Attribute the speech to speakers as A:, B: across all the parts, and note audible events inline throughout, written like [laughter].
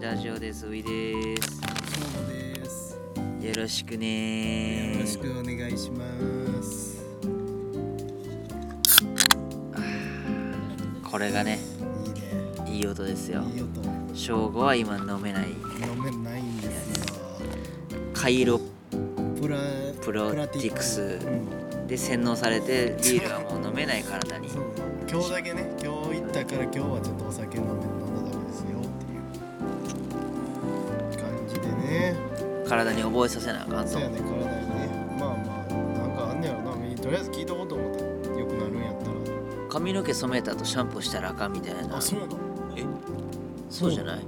A: ラジオです。ウィです。
B: そうです。
A: よろしくね
B: よろしくお願いします。
A: これがね、
B: いいね。
A: いい音ですよ。
B: いい音。
A: 正午は今飲めない。
B: 飲めないんですよ。
A: カイロ
B: プラ
A: プロティクス
B: うん
A: で洗脳されて、ビールはもう飲めない体に
B: そ。う今日だけね、今日行ったから今日はちょっとお酒飲め飲んだだけですよっていう感じでね。
A: 体に覚えさせなあかん
B: そ
A: と
B: う。やね、体にね。まあまあなんかあんねやろな。とりあえず聞いとこうと思って。良くなるんやったら。
A: 髪の毛染めた後シャンプーしたらあかんみたいな。
B: あ、そうなの。
A: えそうじゃない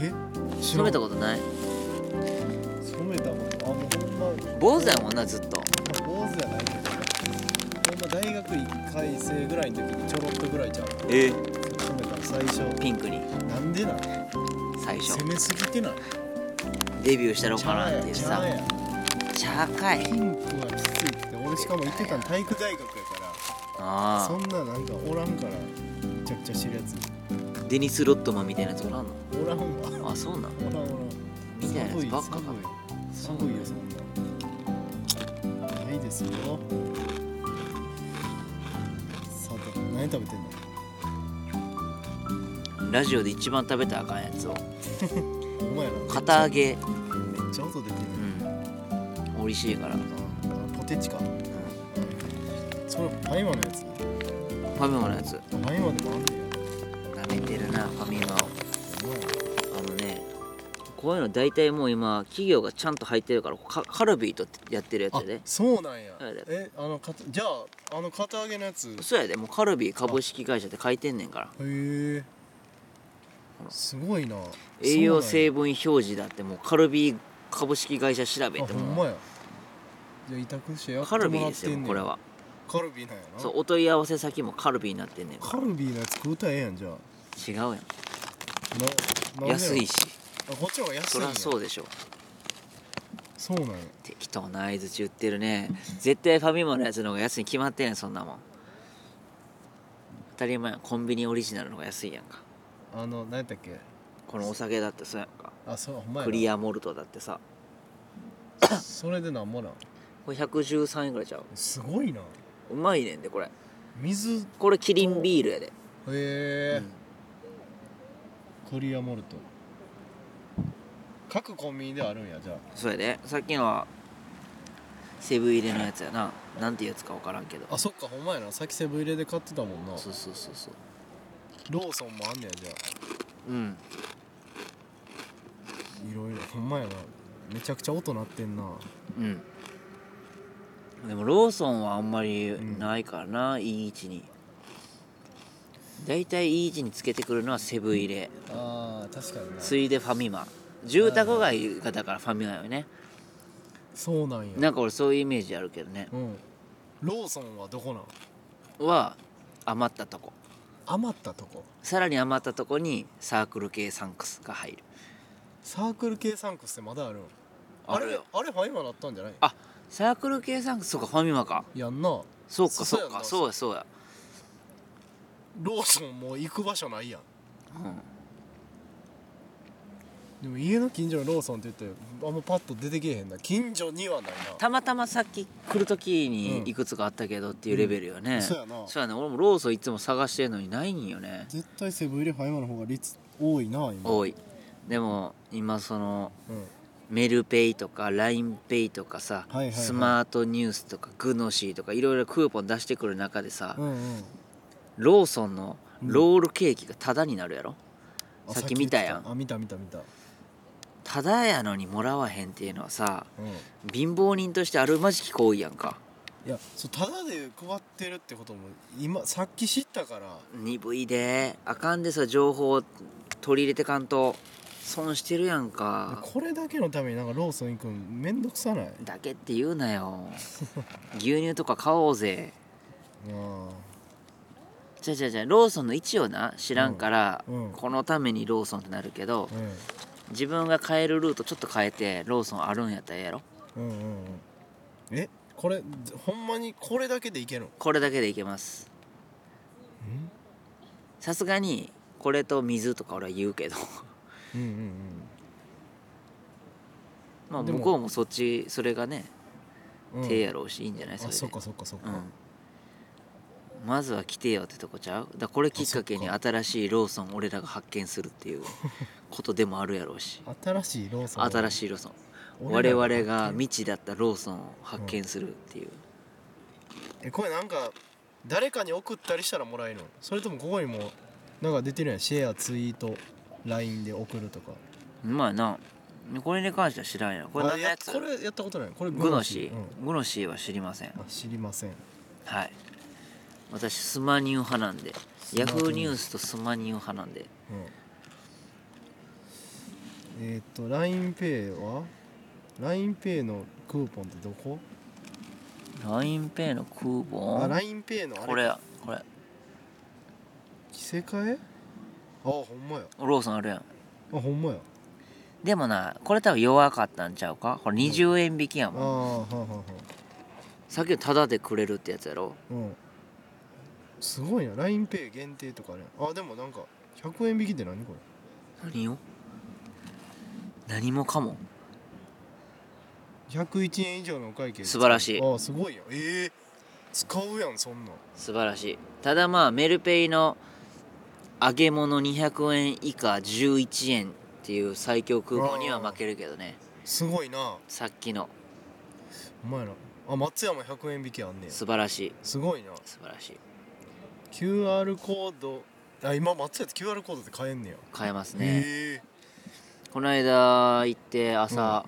B: え？知
A: 染
B: らん
A: めたことない
B: 染めたこと。あ、もうほんま。
A: 坊主やもんな、ずっと。
B: 坊主じゃないけどほんま大学1回生ぐらいの時にちょろっとぐらいじゃん
A: え
B: 染めたの最初
A: ピンクに、
B: なんでなん
A: 最初
B: 攻。めすぎてない
A: デビューしたろうかなっていう
B: ちゃ
A: さ
B: う。やん
A: ちゃかい
B: ピ。ンクはきついって俺しかも行ってたん体育大学やか
A: ああ。
B: らそんななんかおらんからめちゃくちゃ知るやつ
A: デニス・ロットマンみたいなやつおらんの
B: おらんわ
A: あそうなん
B: おらんおらん
A: みたいなや
B: 寒
A: つ
B: い
A: ば
B: 寒
A: っかか
B: い寒いよそんなないですよさて何食べてんの
A: ラジオで一番食べたらあかんやつを
B: お前ら
A: 片揚げ
B: めっちゃ音出てる
A: うん美味しいから
B: あポテチかそれファイマのやつ
A: フ
B: フ
A: ァミマのやつ
B: ァイマでもあんねや
A: なめてるなファミマを
B: うまい
A: あのねこういうの大体もう今企業がちゃんと入ってるからカカルビーとやってるやつ
B: あ
A: やで
B: そうなんや
A: あれ
B: えあのかたじゃああの片揚げのやつへ
A: そうやでもうカルビー株式会社って書いてんねんから
B: えすごいな
A: 栄養
B: そうなん
A: 成分表示だってもうカルビー株式会社調べ
B: や
A: て
B: あほんま
A: も
B: やじゃあ委託してや
A: う
B: って
A: カルビ
B: も
A: ー
B: らっ
A: です
B: て
A: よ
B: んねん
A: これは
B: カルビーなんやな
A: そうお問い合わせ先もカルビーになってんねんか
B: カルビーのやつ食うたらええやんじゃあ
A: ら違う
B: な
A: やん
B: なんでや
A: 安
B: ろ
A: いし
B: あこっちの方が安い
A: そ
B: ん
A: り
B: や
A: ゃそうでしょ
B: そうなんや
A: 適当な相槌売ってるね絶対ファミマのやつの方が安いに決まってんやんそんなもん当たり前やんコンビニオリジナルの方が安いやんか
B: あの何やったっけ
A: このお酒だってそうやんか
B: あそうほんまや
A: クリ
B: ア
A: アモルトだってさ
B: それでなんもなん
A: これ113円ぐらいちゃう
B: すごいな
A: うまいねんでこれ
B: 水
A: これキリンビールやで、
B: へえ
A: う、ん
B: クリアモルト各コンビニであるんやじゃ
A: そうやでさっきのはセブン入れのやつやななんていうやつか分からんけど
B: ああそっかほんまやなさっきセブン入れで買ってたもんな
A: そうそうそうそう
B: ローソンもあんねやじゃあ
A: うん
B: いろいろほんまやなめちゃくちゃ音鳴ってんな
A: うんでもローソンはあんまりないからな、いい位置に大体いい位置につけてくるのはセブン入れ
B: あー確かにな
A: ついでファミマ住宅街がだからファミマよね
B: そうなんや
A: なんか俺そういうイメージあるけどね
B: うんローソンはどこなん
A: は余ったとこ
B: 余ったとこ
A: さらに余ったとこにサークル系サンクスが入る
B: サークル系サンクスってまだあるん
A: あ
B: れ
A: るよ
B: あれファイマなったんじゃない
A: あサークル系サンクスそうかファミマか
B: やんな
A: そうか
B: そう
A: そ
B: や
A: うんか
B: な
A: そうやそうや
B: ローソンもう行く場所ないやん
A: うん
B: でも家の近所のローソンって言ってあんまパッと出てけえへんな近所にはないな
A: たまたまさっき来る時に
B: うん
A: いくつかあったけどっていうレベルよね、
B: んそうやな
A: そうやね俺もローソンいつも探してるのにないんよね
B: 絶対セブン入れファイマの方が率多いな今
A: 多いでも今その
B: うん、
A: メルペイとか l i n e イとかさ、
B: はいはいはい
A: スマートニュースとかグノシーとかいろいろクーポン出してくる中でさ、
B: うんうん
A: ローソンのロールケーキがタダになるやろ
B: あ
A: さっき見たやん
B: あ見た見た見た、うん、
A: タダやのにもらわへんっていうのはさ貧乏人としてあるまじき行為やんか
B: いやそうただで配ってるってことも今さっき知ったから
A: 鈍いであかんでさ情報を取り入れてかんと損してるやんか
B: これだけのためになんかローソン行くのめんどくさない
A: だけって言うなよ [laughs] 牛乳とか買おうぜ
B: あ
A: じゃあじゃあじゃあローソンの位置をな知らんから、
B: うんうん
A: このためにローソンってなるけど
B: あ、うん
A: 自分が買えるルートちょっと変えてローソンあるんやったらええやろ
B: うんうんうんえこれほんまにこれだけでいけるの
A: これだけでいけますさすがにこれと水とか俺は言うけど [laughs]
B: うんうん
A: まあ
B: でも
A: 向こうもそっちそれがね、
B: うんうん
A: 手やろうしいいんじゃないそれ
B: あ
A: で
B: そっかそっかそっ
A: う
B: か、
A: んまずは来てよってとこちゃうだからこれきっかけに
B: あそ
A: 新しいローソン俺らが発見するって [laughs] いうことでもあるやろうし
B: 新しいローソン
A: 新
B: い
A: しいローソン我
B: 俺ら
A: 々
B: が
A: が未知だったローソンを発見するっていう、
B: えこれなんか誰かに送ったりしたらもらえるのそれともここにもなんか出てるやんシェアツイート LINE で送るとか
A: うまいなこれに関しては知らんよこれ
B: あ
A: 何のやつ
B: やこれやったことないこれ
A: グノシ
B: う
A: ー
B: ん
A: グノシーは知りません
B: あ知りません
A: はい私スマニュー派なんで
B: スマ
A: ヤ
B: ニュー
A: フーニュースとスマニュー派なんで
B: うんえーっ、と LINEPay は LINEPay のクーポンってどこ
A: LINEPay のクー
B: あ
A: ポン
B: LINEPay のあれ
A: これやこれ
B: 着せ替えあほんまや
A: ローソンあるやん
B: あほんまや
A: でもなこれ多分弱かったんちゃうかこれ20円引きや
B: あー
A: もん、
B: はあはあは
A: さっきのタダでくれるってやつやろ
B: あうんすごいな LINEPay 限定とかねあでもなんか100円引きって何これ
A: 何を何もかも
B: 101円以上のお会計で
A: 素晴らしい
B: あすごいやんええ使うやんそんなん
A: 素晴らしいただまあメルペイの揚げ物200円以下11円っていう最強クーポンには負けるけどね
B: すごいな
A: さっきの
B: お前らあ松山100円引きあんねや
A: 素晴らしい
B: すごいな
A: 素晴らしい
B: QR コードあ今松屋って QR コードで買えんねや
A: 買えますね、
B: へえ
A: この間行って朝、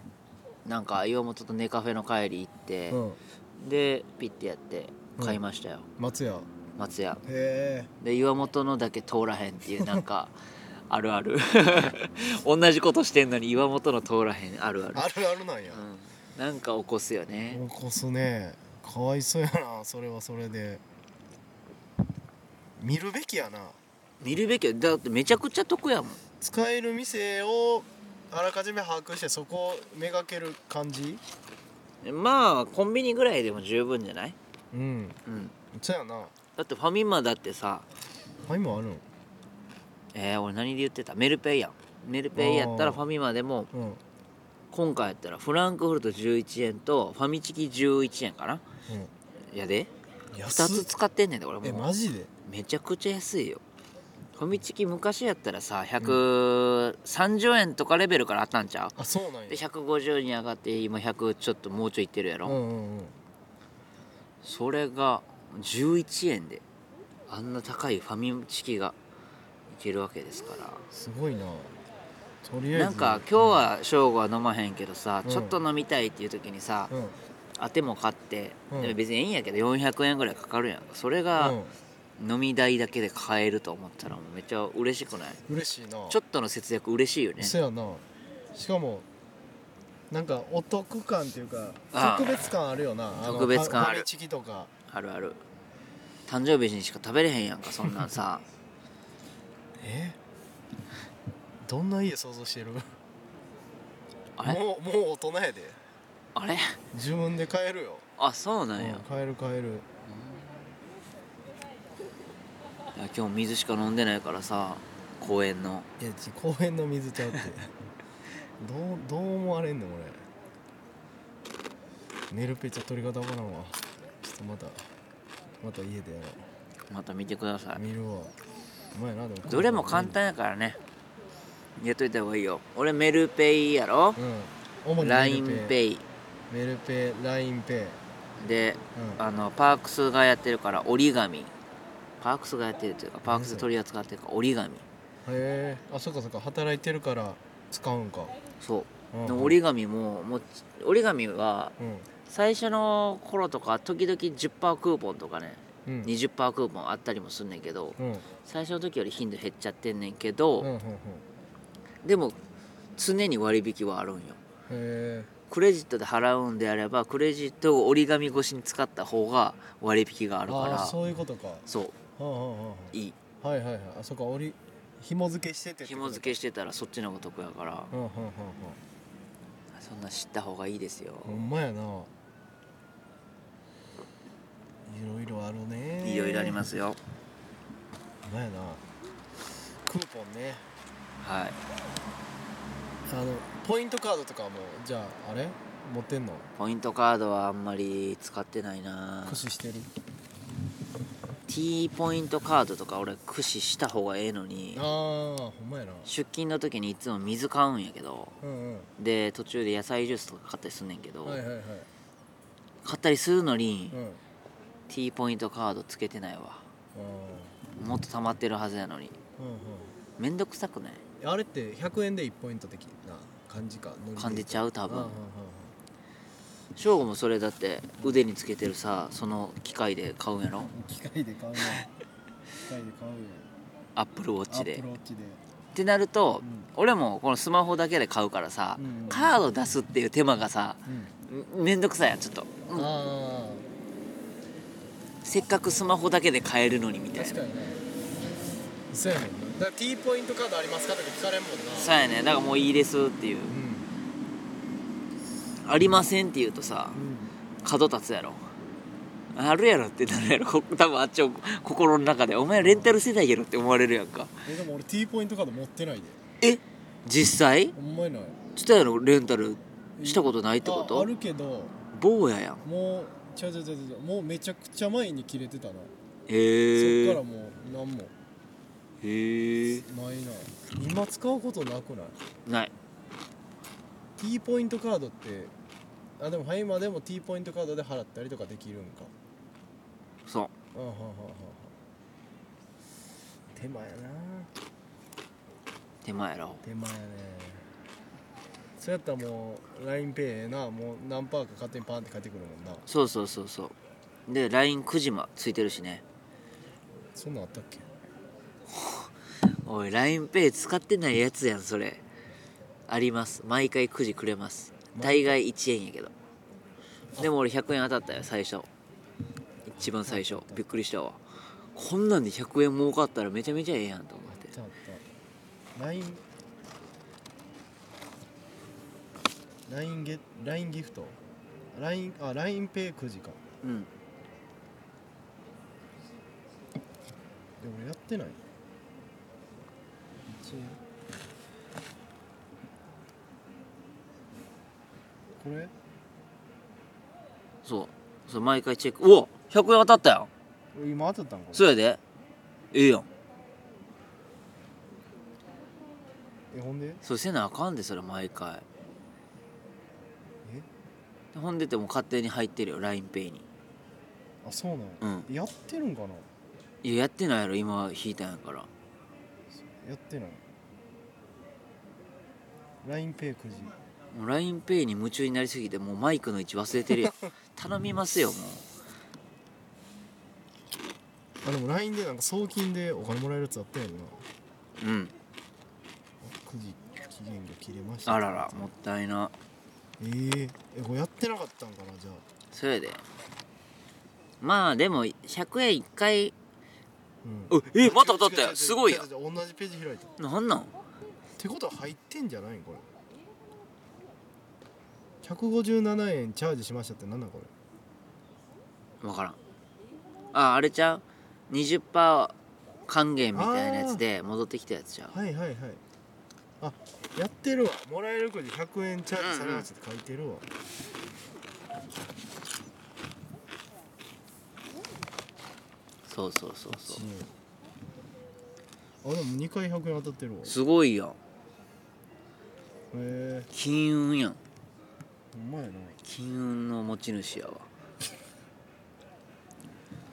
A: なんか岩本とネカフェの帰り行って、
B: うん
A: でピッてやって買いましたよ、
B: 松屋
A: 松屋
B: へえ
A: で岩本のだけ通らへんっていうなん [laughs] かあるある [laughs] 同じことしてんのに岩本の通らへんあるある
B: あるあるなんや
A: うん、なんか起こすよね
B: 起こすねかわいそうやなそれはそれで見るべきやな
A: 見るべきよだってめちゃくちゃ得やもん
B: 使える店をあらかじめ把握してそこをめがける感じ
A: まあコンビニぐらいでも十分じゃない、
B: うん
A: うん、
B: そうやな
A: だってファミマだってさ
B: あ今あるん
A: えー、俺何で言ってたメルペイやんメルペイやったら
B: あー
A: ファミマでも
B: うんうん
A: 今回やったらフランクフルト11円とファミチキ11円かなやで2
B: 安っ
A: つ使ってんねんで俺
B: え
A: もう
B: マジで
A: めちゃくちゃ安いよファミチキ昔やったらさ130円とかレベルからあったんちゃう
B: あそうなんや
A: で150に上がって今100ちょっともうちょいいってるや
B: う
A: ろ、
B: んうんうん
A: それが11円であんな高いファミチキがいけるわけですから
B: すごいなとりあえず
A: なんか今日は正午は飲まへんけどさ、
B: うん
A: ちょっと飲みたいっていう時にさ、
B: うん
A: あても買って、
B: うん
A: でも別にいいんやけど400円ぐらいかかるやんかそれが飲み代だけで買えると思ったらもうめっちゃ嬉しくない
B: うん、嬉しいな
A: ちょっとの節約嬉しいよね
B: そやなしかもなんかお得感っていうか
A: ああ
B: 特別感あるよなあの
A: 特別感ある
B: ファミチキとか
A: あるある誕生日にしか食べれへんやんかそんなん
B: [laughs]
A: さ
B: えどんな家想像してる
A: あれ
B: もうもう大人やで
A: あれ
B: 自分で買えるよ、
A: あそうな
B: うんん
A: や、
B: 買える買える
A: いや今日水しか飲んでないからさ公園の
B: いやち公園の水
A: [laughs]
B: ちゃうってどうどう思われんねんこれ寝るペチャ取り方わからんわちょっとまたまた家でやろ
A: また見てくださ
B: う見るわうまいなでも
A: いどれも簡単やからねやっといた方がいいよ俺メルペイやろ
B: うん主
A: l
B: にメ
A: i
B: ル
A: n
B: ペイ
A: ペイ
B: メルペイ LINEPay
A: で
B: うん
A: あのパークスがやってるから折り紙パークスがやってるというかパークスで取り扱ってるから折り紙
B: へえあそっかそっか働いてるから使うんか
A: そううんで折り紙ももう折り紙は
B: うん
A: 最初の頃とか時々10%クーポンとかね
B: うん
A: 20%クーポンあったりもすんねんけど
B: うん
A: 最初の時より頻度減っちゃってんねんけ
B: うんうん
A: ど
B: うん
A: でも常に割引はあるんよ
B: へえ
A: クレジットで払うんであればクレジットを折り紙越しに使った方が割引があるか
B: ああ
A: ら
B: そういうことかは
A: そう
B: あはあはあ
A: いい
B: はいはいはいあそっか折り紐付けしてて
A: 紐付けしてたらそっちの方が得やから
B: けうんうんうんうん
A: そんな知った方がいいですよ
B: ほんまやないろいろあるね
A: いろいろありますすよ
B: ほんまやなクーポンね
A: はい
B: あのポイントカードとかはもうじゃああれ持ってんの
A: ポイントカードはあんまり使ってないな
B: 駆使してる
A: T ポイントカードとか俺駆使した方がええのに
B: ああほんまやな
A: 出勤の時にいつも水買うんやけど
B: うん
A: で途中で野菜ジュースとか買ったりすんねんけ
B: う
A: ど、
B: んはいはいはい
A: 買ったりするのに、
B: うん
A: T ポイントカードつけてないわ
B: あ
A: もっと溜まってるはずやのに
B: ーうん
A: めんどくさくない
B: うんあれって100円で1ポイント的な感じか
A: 感じちゃう多分
B: うんうん
A: 翔吾もそれだって腕につけてるさその機械で買うんやろ
B: うん機械で買うよ機械で買うよ
A: アップルウォッ
B: ア
A: チ
B: ッ
A: で
B: プルウォッチで
A: ってなると、
B: うん
A: 俺もこのスマホだけで買うからさ、
B: うん
A: カード出すっていう手間がさ
B: うん
A: んめんどくさいやんちょっと、うん
B: あ
A: せっかくスマホだけで買えるのにみ
B: あ
A: たい
B: 確か
A: な
B: にねそうやねんなだから T ポイントカードありますかとか聞かれんもんな
A: そうやねだからもういいですっていう
B: うん
A: ありませんって言うとさ角立つやろあるやろってなるやろこ多分あっちを心の中でお前レンタル世代やろって思われるやんか
B: えでも俺 T ポイントカード持ってないで
A: え実際
B: ほんまにない
A: つたやろレンタルしたことないってこ
B: ああ
A: と
B: るけど
A: 坊ややん
B: もうちゃうちゃうちゃうちゃうもうめちゃくちゃ前に切れてたな、
A: へえ
B: そっからもうなんも
A: へえ
B: ないな今使うことなくない
A: ない
B: T ポイントカードってあでもはい今でも T ポイントカードで払ったりとかできるんか
A: そう
B: あはははは手間やな
A: 手前やろ
B: 手間やねそうやったらもう LINEPay なもう何パーか勝手にパンって返ってくるもんな
A: そうそうそうそうで LINE くじもついてるしね
B: そんなんあったっけ
A: おい LINEPay 使ってないやつやんそれあります毎回くじくれます大概1円やけどでも俺100円当たったよ最初一番最初びっくりしたわこんなんで100円儲かったらめちゃめちゃええやんと思って
B: あったあった LINE LINE ゲ LINE ギフト LINE あ LINEPay くじか
A: うん
B: でも俺やってない一円これ
A: そうそう毎回チェックお100円当たったやん
B: 俺今当たったんこれ
A: そうやでええやん
B: えほんで
A: それせなあかんでそれ毎回
B: え
A: ほんでてもう勝手に入ってるよ LINEPay に
B: あそうなの、
A: うん
B: やってるんかない
A: ややってないやろ今引いたんやから
B: やってない LINEPay くじ
A: もう LINEPay に夢中になりすぎてもうマイクの位置忘れてるやん頼みますよも
B: あでも LINE でなんか送金でお金もらえるやつあったやんな
A: ううん
B: 9時期限が切れました
A: あららもったいな
B: えー、えこれやってなかったんかなじゃあ
A: それでまあでも100円1回
B: うん
A: おえまた当たったよすごいや
B: 違う違う違う同じページ開いたっ
A: んなんなん
B: てことは入ってんじゃないんこれ157円チャージしましたってなんなんこれ
A: 分からんああれちゃう20%還元みたいなやつで戻ってきたやつちゃう
B: はいはいはいあやってるわもらえるくじ100円チャージされましたって書いてるわ、
A: そうそうそうそう
B: うんあでも2回100円当たってるわへ
A: すごいやん
B: え
A: 金運やん
B: ほんまやな
A: 金運の持ち主やわ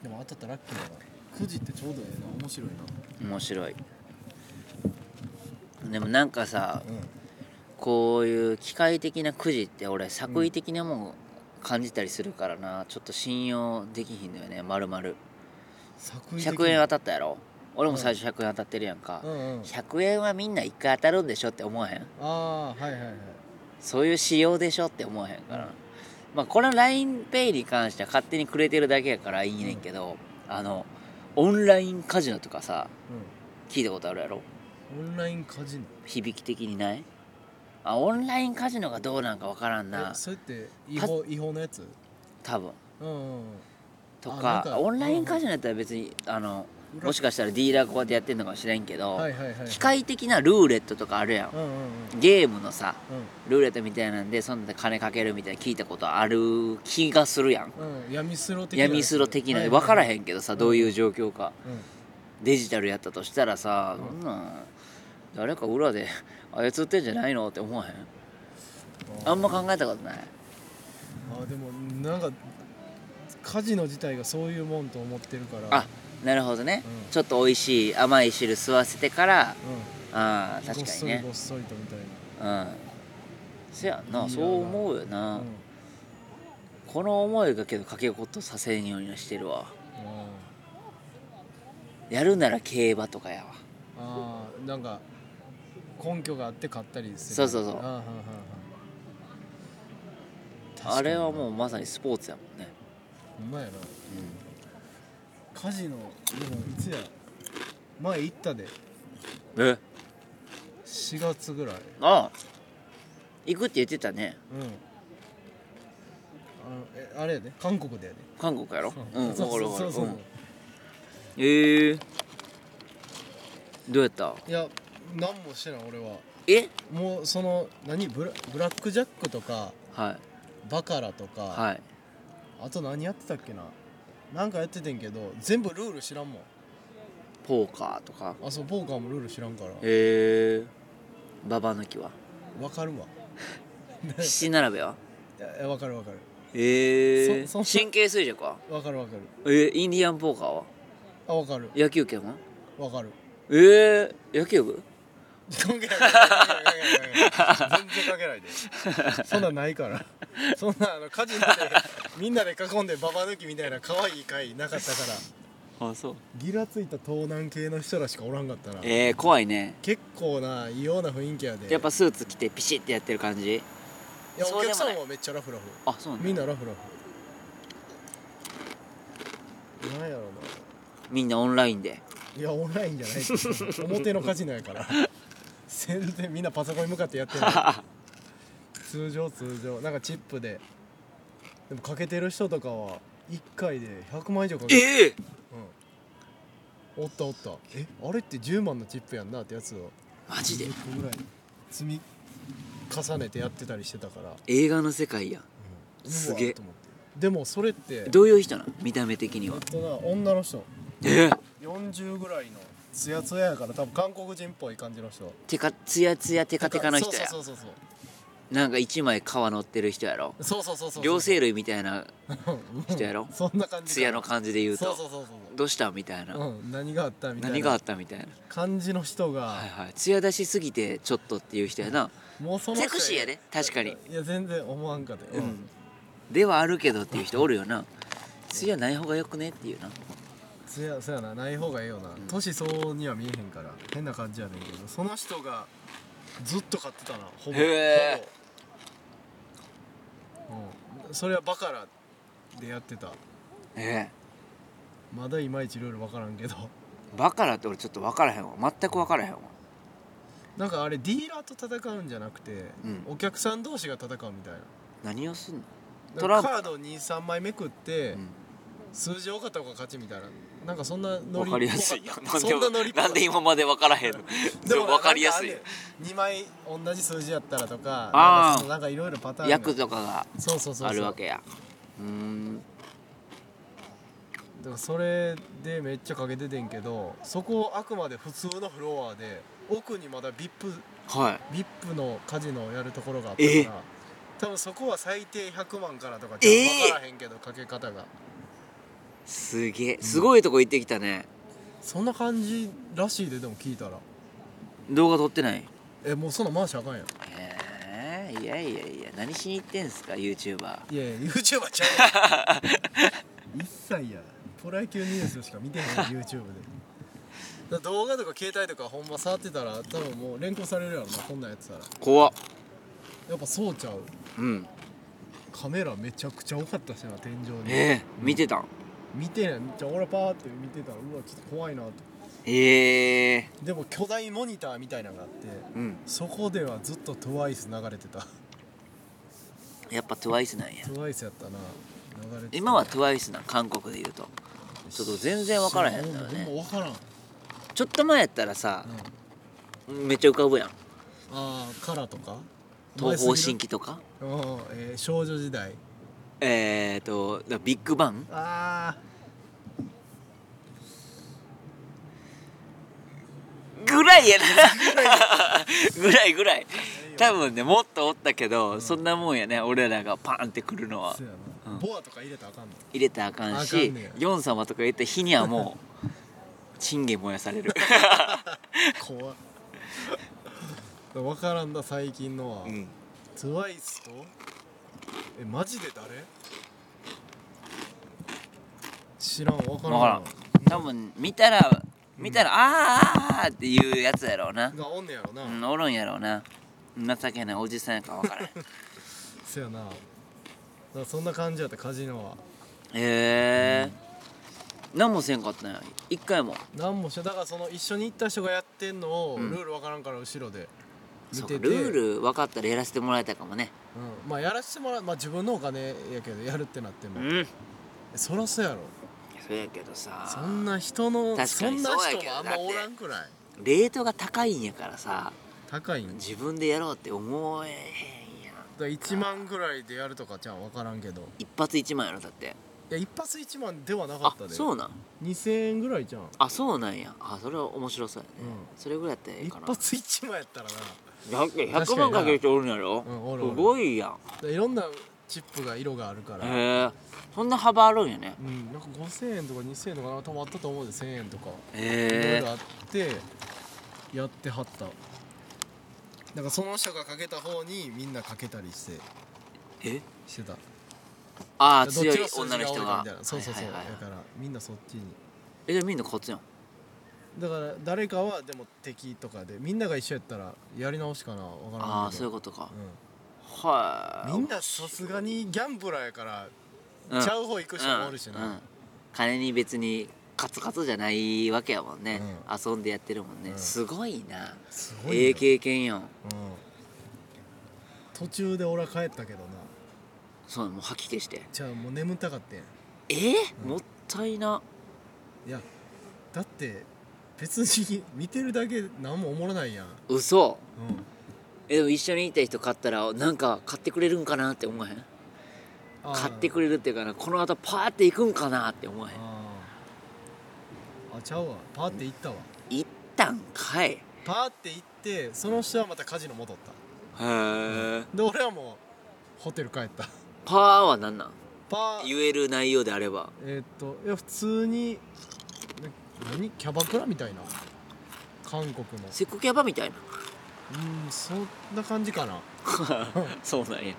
B: でも当たったらラッキーだなくじってちょうどええな面白いな
A: 面白いでもなんかさ
B: うん
A: こういう機械的なくじって俺作為的なもん感じたりするからなちょっと信用できひんのよねまるまる
B: 作為的
A: 100円当たったやろ俺も最初100円当たってるやんか
B: うんうん
A: 100円はみんな1回当たるんでしょって思わへん
B: ああはいはいはい
A: そういう仕様でしょって思わへんからまあこの LINEPay に関しては勝手にくれてるだけやからいいねんけどあのオンラインカジノとかさ聞いたことあるやろ
B: うんオンラインカジノ
A: 響き的にないあオンラインカジノがどうなんかわからんな
B: えそれって違法違法のやつ
A: 多分
B: うんうんうん
A: と
B: あなん
A: か
B: か
A: オンラインカジノやったら別にあのもしかしたらディーラーがこうやってやってんのかもしれんけど、
B: はいはいはいはい
A: 機械的なルーレットとかあるやん
B: うんうんうん
A: ゲームのさ
B: うん
A: ルーレットみたいなんでそんなんで金かけるみたいな聞いたことある気がするやん
B: うん、闇スロ的なやつ
A: 闇スロ的な分からへんけどさどういう状況か
B: うん
A: デジタルやったとしたらさそんなん誰か裏で操ってんじゃないのって思わへんあんま考えたことない
B: あでもなんかカジノ自体がそういうもんと思ってるから
A: あなるほどね、
B: うん
A: ちょっと美味しい甘い汁吸わせてから
B: う
A: あ
B: ん
A: ー確かにね
B: ごっそりごっそりとみたいな
A: うんせやん
B: いいよ
A: な
B: な
A: そう思うよな、
B: うん
A: この思いがけどかけ事させんようにはしてるわやるなら競馬とかやわ
B: あーなんか根拠があって買ったりする
A: そうそうそう
B: あーはんはんはん確かに
A: あれはもうまさにスポーツやもんね、
B: ほんまやなカジノでもいつや前行ったで
A: うん、え
B: 4月ぐらい
A: ああ行くって言ってたね
B: うんあのえあれやで韓国でやで
A: 韓国やろうん
B: そうそう
A: わかる
B: そう
A: わ
B: そ
A: か
B: う、
A: るうんええどうやった
B: いや何もしてない俺は
A: え
B: もうその何ブラブラックジャックとか
A: はい
B: バカラとか、
A: はい
B: あと何やってたっけななんかやっててんけど全部ルール知らんもん
A: ポーカーとか
B: あそうポーカーもルール知らんから
A: へえババ抜き
B: [laughs]
A: は
B: わかるわ
A: 七並べはい
B: やいやわかるわかる
A: ええ
B: そそんな
A: 神経衰弱は
B: わかるわかる
A: えインディアンポーカーは
B: あわかる
A: 野球拳は
B: わかる
A: ええ野球部
B: 関係ない関係ない全然かけないでそんなんないからそんなあのカジノでみんなで囲んでババ抜きみたいな可愛い回なかったから
A: あそう
B: ギラついた東南系の人らしかおらんかったな
A: ええ怖いね
B: 結構な異様な雰囲気やで
A: やっぱスーツ着てピシッてやってる感じ
B: いや
A: そ
B: お
A: うで
B: 客
A: もない
B: さんもめっちゃラフラフ
A: あそうなんだ
B: みんなラフラフなんやろ
A: みんなオンラインで
B: ないやオンラインじゃないけど表のカジノやから全然みんなパソコンに向かってやってる通常通常なんかチップででもかけてる人とかは1回で100万以上かけて
A: ええ
B: うん、おったおったえあれって10万のチップやんなってやつを
A: マジで
B: 10個ぐらい積み重ねてやってたりしてたから
A: 映画の世界やんすげえ
B: うわーと思ってでもそれって
A: どういう人なの見た目的には
B: えっとな女の人
A: ええ
B: 40ぐらいのツヤツヤやから多分韓国人っぽい感じの人
A: てかツヤツヤテカテカの人や
B: そうそうそうそう
A: なんか一枚皮乗ってる人やろ
B: そうそうそうそう
A: 両生類みたいな人やろ
B: そんな感じ
A: ツヤの感じで言う
B: そう
A: と
B: そうそう
A: どうしたみたい
B: そう
A: な
B: うん何があったみたいな
A: 何があったみたいな
B: 感じの人が、
A: はいはいツヤ出しすぎてちょっとっていう人やな
B: もうその
A: セ
B: 人
A: クシーやね確かに
B: いや全然思わんかった
A: うん、ではあるけどっていう人おるよなツヤない方がよくねっていうな
B: そやそやなない方がええよな年相応には見えへんから変な感じやねんけどその人がずっと買ってたなほぼ
A: へえ
B: ほぼうん、それはバカラでやってた
A: ええ
B: まだいまいちルール分からんけど
A: バカラって俺ちょっと分からへんわ全く分からへんわ
B: なんかあれディーラーと戦うんじゃなくて、
A: うん
B: お客さん同士が戦うみたいな
A: 何をすんの
B: な
A: ト
B: ん
A: ラン
B: か
A: プ
B: カード23枚めくって、
A: ん
B: 数字多かった方が勝ちみたいななんかそんな
A: 分
B: ノリ
A: かりやすいよ
B: っぽかったそんなノリっぽか
A: な
B: った
A: んで今ま [laughs] で分からへんのでも分かりやすい
B: 2枚同じ数字やったらとか
A: あー
B: なんかそのなんかいろいろパターンが
A: 役とか
B: そうそうそ
A: が
B: うそう
A: あるわけやうーん
B: だからそれでめっちゃかけててんけどそこあくまで普通のフロアで奥にまだ VIP,
A: はい
B: VIP のカジノをやるところがあったから、
A: え
B: 多分そこは最低100万からとか
A: え
B: ちょっと分からへんけど、かけ方が
A: すげえすごいとこ行ってきたね
B: そんな感じらしいででも聞いたら
A: 動画撮ってない
B: えもうそんな回しあかんやん
A: えーいやいやいや何しに行ってんすか YouTuber
B: いやいや YouTuber ちゃう [laughs] やん一切やプロ野球ニュースしか見てへん YouTube でだ動画とか携帯とかほんま触ってたら多分もう連行されるやろなこんなんやってたら
A: 怖っ
B: やっぱそうちゃう
A: うん
B: カメラめちゃくちゃ多かったしな天井に、
A: ええ見てたん
B: 見てないじゃあ俺パーって見てたらうわちょっと怖いなと
A: ええ
B: でも巨大モニターみたいなのがあって
A: うん
B: そこではずっと TWICE 流れてた [laughs]
A: やっぱ TWICE なんや
B: TWICE やったな流れてた
A: 今は TWICE なん韓国で言うとちょっと全然分からへんのよ
B: も
A: ね
B: う分からん、うん、
A: ちょっと前やったらさめっちゃ浮かぶやん
B: ああカラーとか
A: 東方神
B: 規
A: 起とか
B: えー、少女時代
A: えーとだビッグバン
B: あ
A: ぐらいやな
B: [laughs]
A: ぐらいぐらい多分ねもっとおったけど、そんなもんやね俺らがパンってくるの
B: あ
A: は
B: そうやな、
A: うん
B: ボアとか入れたらあかんの
A: 入れたらあかん
B: あ
A: し
B: かんねや
A: ヨン様とか言った日にはも
B: [laughs]
A: うチンゲ燃やされる
B: 怖っ分からんだ最近のは、
A: うん
B: TWICE とえマジで誰知らん分からん
A: 分からん多分見たら見たら、あーあーっていうやつやろうな、
B: がおんねやろな、
A: うん、おるんやろうな情けないおじさんやから分からんへ
B: そやなだからそんな感じやったカジノは
A: え何もせんかったんや一回も
B: 何もしだからその一緒に行った人がやってんのを、
A: うん
B: ルール分からんから後ろで見
A: そ
B: て
A: うか
B: て
A: ルール分かったらやらせてもらえたかもね
B: うん、まあやらしてもらうまあ自分のお金やけどやるってなっても、
A: うん
B: そらそうやろ
A: そうやけどさ
B: そんな人
A: 確
B: の
A: かに
B: そんな
A: そうや
B: 人
A: けど
B: もあん
A: だ
B: ま
A: って
B: おらんくらい
A: レートが高いんやからさ
B: 高いんだか
A: 自分でやろうって思えへんやん
B: ら1万ぐらいでやるとかじゃん分からんけど
A: 一発1万やろだって
B: いや一発1万ではな
A: あ
B: かったで
A: そうなん
B: 2000円ぐらいじゃん
A: あそうなんやあそれは面白そうやね、
B: う
A: それぐらいやったらええ
B: 一
A: かな
B: 発1万やったらな
A: だって
B: 確
A: 100
B: かに
A: 万
B: な
A: かける人おるんやろ、
B: うんおるおる
A: すごいやん
B: でいろんなチップが色があるから、
A: へえそんな幅あるんやね
B: うんなんか5000円とか2000円とかな多分あったと思うで1000円とかいろい
A: へ
B: ろ
A: え
B: あってやってはったなんかその人がかけた方にみんなかけたりして
A: え
B: してた
A: ああ
B: どっち
A: 強い
B: が数字
A: 女の
B: が多い
A: 人
B: か
A: が
B: みたいなそうそうそう、
A: はいはいはい
B: だからみんなそっちに
A: えじゃあみんな勝つやん
B: だから誰かはでも敵とかでみんなが一緒やったらやり直しかなわからんけど
A: ああそういうことか
B: うん
A: はい
B: みんなさすがにギャンブラーやから、
A: うん
B: ちゃう方行く人もおるしな、
A: うんうん金に別にカツカツじゃないわけやもんね、遊んでやってるもんね、
B: うん
A: すごいな
B: すごいよ
A: ええ経験やん
B: うん、途中で俺は帰ったけどな
A: そうもう吐き気して
B: じゃあもう眠たかってん
A: えー
B: うん
A: もったいない
B: やだって別に見てるだけ何もおもろないやん、うん、
A: 嘘えでも一緒にいた人買ったらなんか買ってくれるんかなって思わへん
B: あー
A: 買ってくれるっていうかなこの後パーって行くんかなって思わへん
B: あーあちゃうわパーって行ったわ
A: 行ったんかいへ
B: パーって行ってその人はまたカジノ戻った
A: え
B: で俺はもうホテル帰った
A: パーは何なん
B: パー
A: 言える内容であれば
B: えーっといや普通にな何キャバクラみたいな韓国の
A: セクキャバみたいな
B: うんそんな感じかな
A: [laughs] そうなんや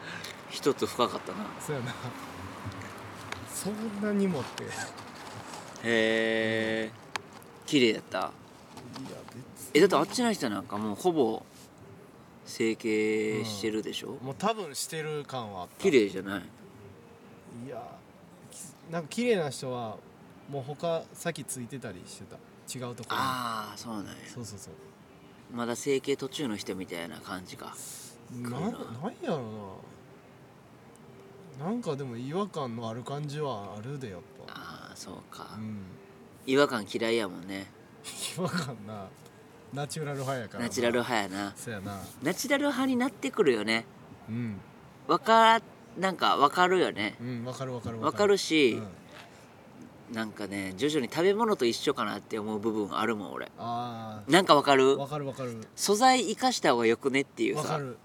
A: 一つ深かったな
B: そうやなそんなにもっていや
A: へえ綺麗だった
B: 別
A: えだってあっちの人なんかもうほぼ整形してるでしょ、
B: もう多分してる感はあった
A: 綺麗じゃない
B: いやきなんか綺麗な人はもう他先ついてたりしてた違うところに
A: ああそうなんや
B: そうそうそう
A: まだ整形途中の人みたいな感じか
B: な
A: 来
B: ん
A: るな
B: なんやろななんかでも違和感のある感じはあるでやっぱ
A: ああそうか
B: うん
A: 違和感嫌いやもんね
B: 違和感なナチュラル派やからな
A: ナチュラル派やな
B: そうやな
A: ナチュラル派になってくるよね
B: うん
A: わかなんかわかるよね
B: うんわかるわかる
A: わかるし
B: うん、
A: なんかね徐々に食べ物と一緒かなって思う部分あるもん俺
B: あ
A: なんかわか
B: あ
A: る
B: わかるわかる
A: 素材生かした方がよくねっていう
B: わか
A: さ
B: る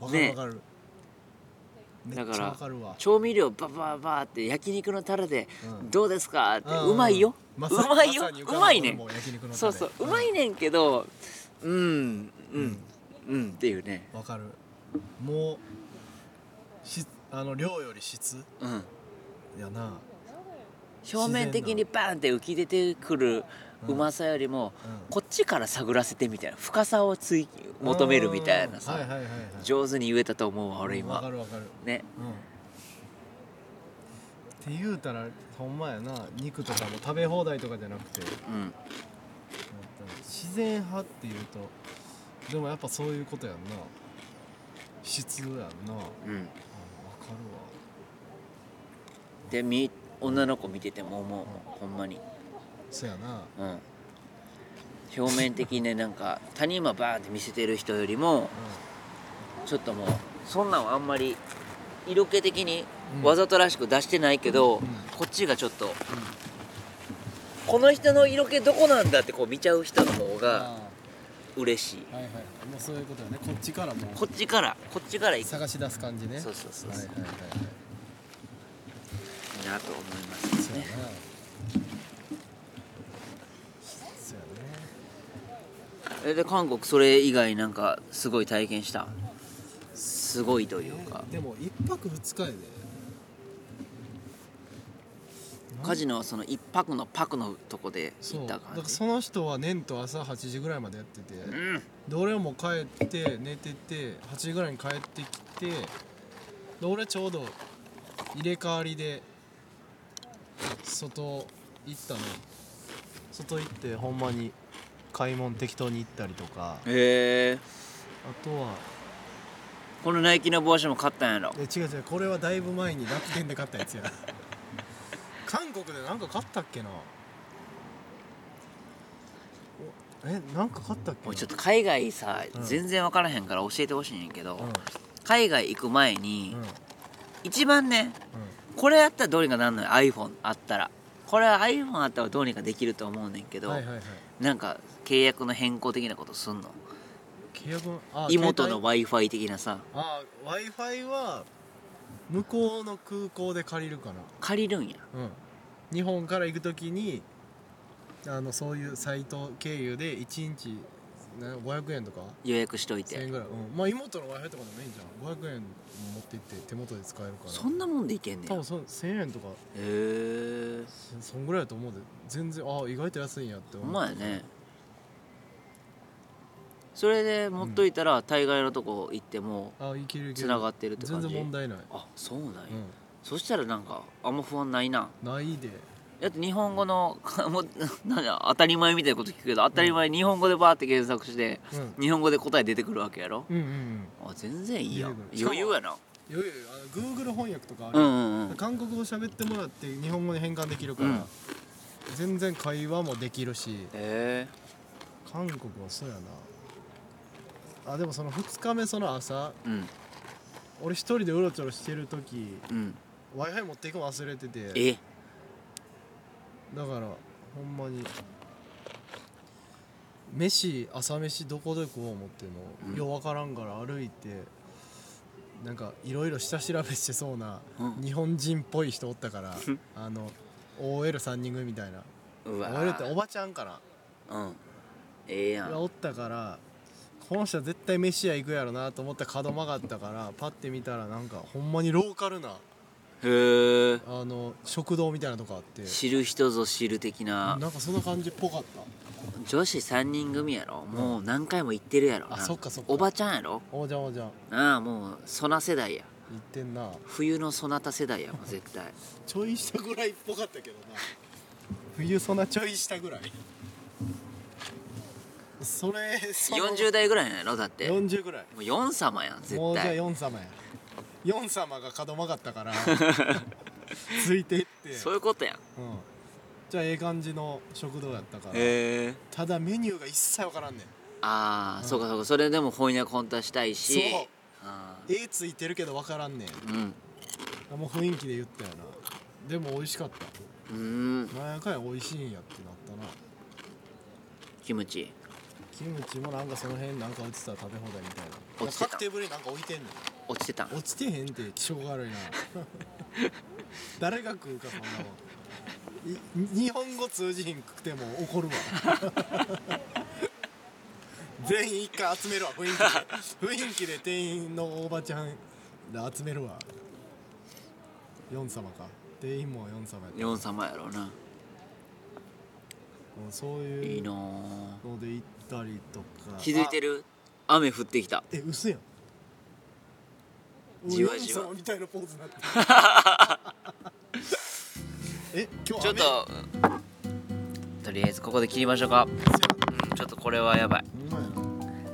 B: わかる
A: ね
B: わかるめ
A: だ
B: っ
A: か
B: ちゃ
A: ら
B: わかるわ
A: 調味料バババって焼肉のタレで
B: うん
A: どうですかって
B: ん
A: うまいよう
B: さに
A: まいよ
B: さに浮か
A: うん
B: だ
A: まいね
B: 俺も焼肉のタレ
A: そうそううまいねんけどうんうんうんっていうね
B: わかるもうしあの量より質
A: うん
B: やな
A: 表面的にバーンって浮き出てくる
B: う
A: う
B: ん
A: まさよりも
B: うん
A: こっちから探らせてみたいな深さを追求めるみたいな
B: うんはいは
A: さ
B: いはいはい
A: 上手に言えたと思うわ俺
B: わか
A: 今
B: るわかる
A: ね
B: うんって言うたらほんまやな肉とかも食べ放題とかじゃなくて
A: うん
B: 自然派っていうとでもやっぱそういうことやんな質やんなうんわか
A: うん
B: るわ
A: でみ女の子見てても思うもんほんまに
B: そやな
A: うん表面的にねなんか他人はバーンって見せてる人よりもちょっともうそんなんはあんまり色気的に
B: うん
A: わざとらしく出してないけど、
B: うん
A: こっちがちょっと、この人の色気どこなんだってこう見ちゃう人の方が
B: あ
A: 嬉しい、
B: ーはいはいもうそういうことよねこっちからもう
A: こっちからこっちから行く
B: 探し出す感じね
A: そうそうそう
B: はい
A: そう
B: はいはいはい
A: いいなと思います
B: そうや
A: ね
B: なそうやね
A: えで韓国それ以外なんかすごい体験したすごいというか
B: でも一泊二日やで
A: カジノはその一泊のパクのとこで
B: そ
A: 行
B: う
A: っ
B: だ
A: た
B: から
A: 感じ
B: その人は年と朝8時ぐらいまでやってて
A: うん
B: で俺はもう帰って寝てて8時ぐらいに帰ってきてで俺はちょうど入れ替わりで外行ったの外行ってほんまに買い物適当に行ったりとかあ
A: へえ
B: とは
A: このナイキの帽子も買ったんやろ
B: え違う違うこれはだいぶ前に楽天で買ったや [laughs] つや韓国でなんか買ったっけなおえなんか買ったっけ
A: お
B: ない
A: ちょっと海外さ、
B: うん
A: 全然分からへんから教えてほしいんやけど、
B: う
A: 海外行く前に、
B: んうんうん
A: 一番ねこれやったらどうにかなんのよ iPhone あったらこれは iPhone あったらどうにかできると思うねんけど、
B: はいはいはい
A: なんか契約の変更的なことすんの
B: 契約のあ
A: 妹の
B: 携
A: w i f i 的なさ
B: 帯あ w i f i は向こうの空港で借りるか
A: 借りるんや
B: なうん日本から行く時にあのそういうサイト経由で1日な500円とか
A: 予約しとい
B: 1000円
A: て
B: ぐらい、うん、まあ妹の w i f i とかでもいいんじゃん500円持って行って手元で使えるから
A: そんなもんでいけんね
B: 多
A: んへ
B: 分そ1000円とか
A: え
B: そそんぐらいだと思うで全然あ意外と安いんやって
A: ほ
B: 思うん
A: まやねそれで持っといたら、大概のとこ行っても
B: あいけるいける
A: 繋がってるって感じ
B: 全然問題ない、
A: あそうなんや、
B: う、
A: そしたらなんかあんま不安ないなん
B: ないで
A: だって日本語の [laughs] もうなんだ当たり前みたいなこと聞くけど当たり前日本語でバーって検索して
B: うん
A: 日本語で答え出てくるわけやろ
B: うんうんうん
A: あ全然いいやん
B: 出てくる
A: 余裕やない
B: やいやあの Google 翻訳とかあ
A: う
B: る
A: ん
B: よ、
A: うんうん
B: 韓国語喋ってもらって日本語に変換できるから、
A: うん
B: 全然会話もできるし
A: え
B: 韓国はそうやなあでもその2日目その朝
A: えうん
B: 俺一人でうろちょろしてる時
A: うん
B: w i f i 持っていくの忘れてて
A: え
B: だからほんまに飯朝飯どこで食おう思っても、
A: うん
B: よう分からんから歩いてなんかいろいろ下調べしてそうな
A: うん
B: 日本人っぽい人おった
A: [laughs]
B: から、あの OL3 人組みたいな
A: うわ
B: OL っておばちゃんかな
A: うんええや
B: が
A: ん
B: おったからこの人は絶対飯屋行くやろなと思って角曲がったからパッて見たらなんかほんまにローカルな
A: へえ
B: あの食堂みたいなとこあって
A: 知る人ぞ知る的
B: な
A: なん
B: かそんな感じっぽかった
A: 女子3人組やろもう何回も行ってるやろな
B: あそっかそっか
A: おばちゃんやろ
B: おばちゃんおばちゃん
A: ああもうソナ世代や
B: 言ってんな
A: 冬のそなた世代
B: [laughs]
A: やもん絶対
B: ちょい下ぐらいっぽかったけどな冬そんなちょい下ぐらいそれその
A: 40代ぐらいなんやろだっても
B: 40ぐらいう
A: 4様やん絶
B: もうじゃあ
A: 対
B: 4様や4様が角曲がったから
A: [laughs]
B: ついていって
A: そういうことやん
B: うん、じゃあええ感じの食堂やったから、
A: へえ
B: ただメニューが一切わからんねん
A: ああ、そうかそうかそれでも翻訳本当はしたいし
B: そう
A: あ
B: 絵ついてるけどわからんね
A: ーうん
B: んもう雰囲気で言ったよなでも美味しかった
A: うーん
B: なんやかんや美味しいんやってなったな
A: キムチ
B: キムチもなんかその辺なんか落ちてたら食べ放題みたいな
A: 落ちてた
B: 各テーブルになんか置いてんね
A: 落ちてたん
B: ん落ちてへんって気性が悪いな [laughs] 誰が食うかそんなもんい日本語通じひんくても怒 [laughs] るわ全員一回集めるわ雰囲気で雰囲気で店員のおばちゃんで集めるわ4様か店員も4様やった
A: 4様やろな
B: もうそうい
A: いういなあ
B: ので行ったりとか
A: 気づいてる雨降ってきた
B: え嘘やん
A: じわじわ
B: おヨネ様みたいなポーズになって
A: [laughs]
B: るえ今日
A: ちょっとうんとりあえずここで切りましょうかうんちょっとこれはやばい
B: 雨や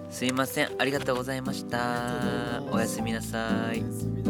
B: な
A: すいませんありがとうございました
B: ありがとうございます
A: おやすみなさい
B: おやすみ